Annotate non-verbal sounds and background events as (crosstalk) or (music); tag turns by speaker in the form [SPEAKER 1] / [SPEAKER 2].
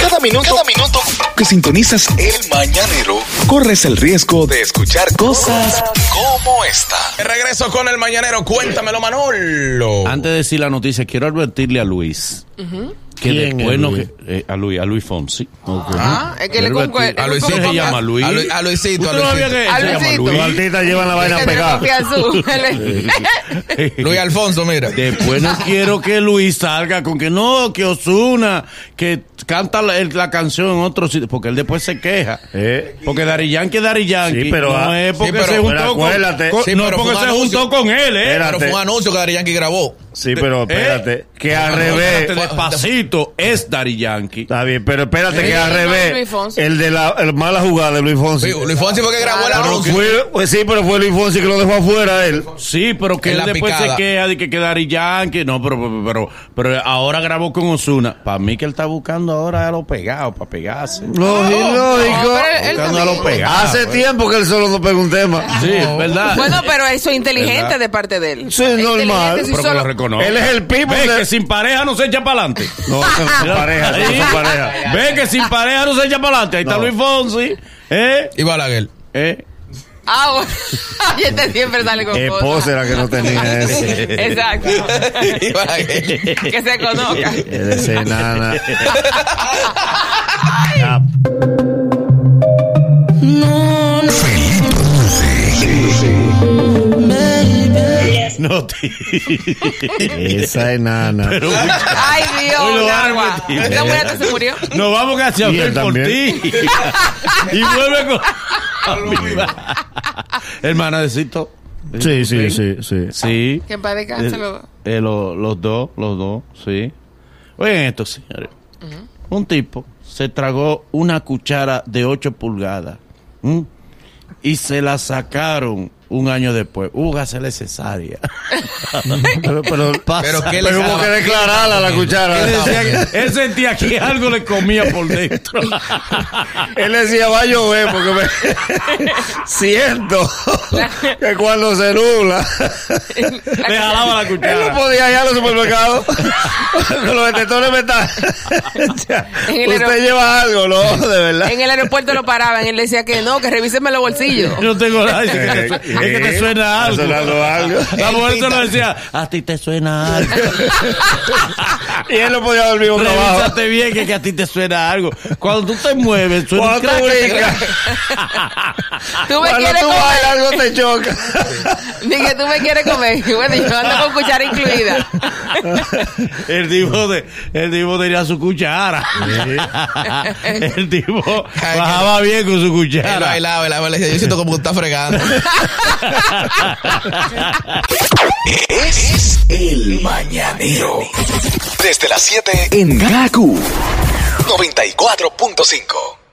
[SPEAKER 1] Cada minuto, cada minuto que sintonizas el mañanero, corres el riesgo de escuchar cosas como esta.
[SPEAKER 2] De regreso con el mañanero, cuéntamelo, Manolo.
[SPEAKER 3] Antes de decir la noticia, quiero advertirle a Luis. Que
[SPEAKER 4] ¿Quién
[SPEAKER 3] después
[SPEAKER 4] es
[SPEAKER 3] no
[SPEAKER 4] Luis?
[SPEAKER 3] que- eh, a Luis, a Luis Fonsi.
[SPEAKER 5] Ah, es que le
[SPEAKER 3] Quiero
[SPEAKER 5] concuer-
[SPEAKER 3] advertir-
[SPEAKER 2] A
[SPEAKER 5] le
[SPEAKER 2] Luisito.
[SPEAKER 3] ¿Cómo
[SPEAKER 5] concuer-
[SPEAKER 3] se llama Luis?
[SPEAKER 2] A, Lu- a Luisito, a
[SPEAKER 3] ¿Usted no sabía
[SPEAKER 2] Luisito.
[SPEAKER 3] que se llama
[SPEAKER 5] A Luisito.
[SPEAKER 4] Los
[SPEAKER 3] Luis?
[SPEAKER 4] artistas llevan la vaina
[SPEAKER 5] Hay que tener
[SPEAKER 4] pegada.
[SPEAKER 5] confianza,
[SPEAKER 3] (laughs)
[SPEAKER 5] Luis.
[SPEAKER 2] Luis Alfonso, mira.
[SPEAKER 3] Después no quiero que Luis salga con que no, que Osuna, que canta la, el- la canción en otro sitio, porque él después se queja.
[SPEAKER 4] Eh,
[SPEAKER 3] Porque Dari Yankee es Dari Yankee.
[SPEAKER 4] Sí, pero,
[SPEAKER 3] no
[SPEAKER 4] ah,
[SPEAKER 3] es
[SPEAKER 4] sí,
[SPEAKER 3] porque
[SPEAKER 2] pero-
[SPEAKER 3] se
[SPEAKER 2] pero
[SPEAKER 3] juntó con,
[SPEAKER 4] acuérdate.
[SPEAKER 3] con-
[SPEAKER 2] Sí,
[SPEAKER 3] no es
[SPEAKER 2] pero
[SPEAKER 3] porque
[SPEAKER 2] fue
[SPEAKER 3] se
[SPEAKER 2] un anuncio.
[SPEAKER 3] juntó con él, ¿eh?
[SPEAKER 4] Era-
[SPEAKER 2] Pero fue un anuncio que Dari Yankee grabó.
[SPEAKER 4] sí, pero espérate.
[SPEAKER 3] Eh.
[SPEAKER 4] Que al
[SPEAKER 2] No, no,
[SPEAKER 4] revés.
[SPEAKER 3] Espérate, Despacito es Dari Yankee.
[SPEAKER 4] Está bien, pero espérate
[SPEAKER 5] Sí,
[SPEAKER 4] que al
[SPEAKER 5] no,
[SPEAKER 4] revés.
[SPEAKER 5] Luis Fonsi.
[SPEAKER 4] El de la el mala jugada de Luis Fonsi.
[SPEAKER 2] Sí, Luis Fonsi fue que grabó el
[SPEAKER 5] Claro.
[SPEAKER 4] Pero
[SPEAKER 2] anuncio.
[SPEAKER 4] fue- pues sí, pero fue Luis Fonsi que lo dejó afuera él.
[SPEAKER 3] Sí, pero que
[SPEAKER 2] En
[SPEAKER 3] él
[SPEAKER 2] la
[SPEAKER 3] después
[SPEAKER 2] picada.
[SPEAKER 3] se queja de que, que Dari Yankee. No, pero, pero, pero, pero ahora grabó con Osuna. Para mí que él está buscando ahora a los pegados, para pegarse.
[SPEAKER 4] Lógico, lógico.
[SPEAKER 5] Oh, pero Ah. él
[SPEAKER 3] Buscando a los
[SPEAKER 5] también.
[SPEAKER 3] pegados.
[SPEAKER 4] Hace tiempo que él solo no pega un tema.
[SPEAKER 3] Sí, es verdad.
[SPEAKER 5] Bueno, pero eso es inteligente
[SPEAKER 3] ¿Verdad?
[SPEAKER 5] de parte de él.
[SPEAKER 4] Sí,
[SPEAKER 5] Es
[SPEAKER 4] normal.
[SPEAKER 5] inteligente, si
[SPEAKER 3] pero que
[SPEAKER 5] solo-
[SPEAKER 3] lo reconoce.
[SPEAKER 4] Él es el people
[SPEAKER 3] Ve
[SPEAKER 4] de-
[SPEAKER 3] que sin pareja no se echa para adelante.
[SPEAKER 4] No, son (laughs) parejas, no
[SPEAKER 5] (laughs)
[SPEAKER 4] son parejas.
[SPEAKER 3] Ve que sin pareja no se echa para adelante. Ahí está
[SPEAKER 4] No.
[SPEAKER 3] Luis Fonsi. ¿Eh?
[SPEAKER 2] Y Balaguer. (laughs)
[SPEAKER 3] ¿Eh?
[SPEAKER 5] Ah, bueno. (laughs) Ay, este siempre sale con
[SPEAKER 4] Esposa
[SPEAKER 5] cosas.
[SPEAKER 4] era que no
[SPEAKER 5] (laughs)
[SPEAKER 4] tenía ese.
[SPEAKER 5] Exacto.
[SPEAKER 2] Y Balaguer.
[SPEAKER 5] que se conozca.
[SPEAKER 4] Eres
[SPEAKER 5] (laughs)
[SPEAKER 4] enana.
[SPEAKER 1] Felipe
[SPEAKER 3] No, tío.
[SPEAKER 4] Esa enana.
[SPEAKER 5] Ay,
[SPEAKER 3] Hoy lo
[SPEAKER 5] Dios.
[SPEAKER 3] van a
[SPEAKER 5] Darwa.
[SPEAKER 3] meter.
[SPEAKER 5] Esta mujer hasta se murió.
[SPEAKER 3] Nos vamos casi a
[SPEAKER 4] Y él
[SPEAKER 3] ver por
[SPEAKER 4] también.
[SPEAKER 3] ti.
[SPEAKER 4] (laughs)
[SPEAKER 3] y vuelve con. Hermana de Cito.
[SPEAKER 4] Sí, sí, sí, sí.
[SPEAKER 3] Sí.
[SPEAKER 5] Que en paz descanse los dos.
[SPEAKER 3] Eh, lo- los dos, los dos, sí. Oigan esto, señores. Un tipo se tragó una cuchara de 8 pulgadas ¿m? y se la sacaron un año después. Hubo que hacerle cesárea.
[SPEAKER 4] (laughs)
[SPEAKER 3] (laughs)
[SPEAKER 4] Pero, pero,
[SPEAKER 2] Pero qué le
[SPEAKER 4] pero hubo
[SPEAKER 2] daba?
[SPEAKER 4] que declararla la
[SPEAKER 3] Él, (laughs)
[SPEAKER 4] cuchara.
[SPEAKER 3] decía que- él sentía que algo le comía por dentro.
[SPEAKER 4] (laughs) Él decía, va a llover porque
[SPEAKER 3] (laughs)
[SPEAKER 4] me siento que cuando se
[SPEAKER 3] (laughs)
[SPEAKER 4] nubla,
[SPEAKER 3] Le jalaba la
[SPEAKER 4] él no
[SPEAKER 3] cuchara.
[SPEAKER 4] podía ir a los supermercados. (laughs) Con los
[SPEAKER 3] (laughs)
[SPEAKER 4] detectores metal.
[SPEAKER 5] En el
[SPEAKER 4] Usted
[SPEAKER 5] aeropuerto.
[SPEAKER 4] lleva algo, ¿no? De verdad.
[SPEAKER 5] En el aeropuerto lo paraban. Él decía que no, que revísenme los bolsillos.
[SPEAKER 3] Yo no tengo nada. dice que te
[SPEAKER 4] Eh,
[SPEAKER 3] su- es que te suena algo.
[SPEAKER 4] Está sonando algo.
[SPEAKER 3] La mujer se lo decía, a ti te suena algo.
[SPEAKER 4] Y él no podía dormir un trabajo.
[SPEAKER 3] Revísate bien que, que a ti te suena algo. Cuando tú te mueves, suena un
[SPEAKER 4] Cuando tú
[SPEAKER 3] crack.
[SPEAKER 4] brincas,
[SPEAKER 3] Ah,
[SPEAKER 5] Tú me
[SPEAKER 4] cuando
[SPEAKER 5] quieres
[SPEAKER 4] tú
[SPEAKER 5] comer.
[SPEAKER 4] bailas, algo te choca.
[SPEAKER 5] Ni que tú me quieres comer. Y Bueno, yo ando con cuchara incluida.
[SPEAKER 3] (laughs) El tipo, de, el tipo tenía su cuchara. (laughs) El tipo
[SPEAKER 2] Ay,
[SPEAKER 3] bajaba bien con su
[SPEAKER 2] Él
[SPEAKER 3] cuchara.
[SPEAKER 2] bailaba, él bailaba. le decía, Yo siento como que está fregando.
[SPEAKER 1] Es el mañanero. Desde las 7 en Gaku 94.5.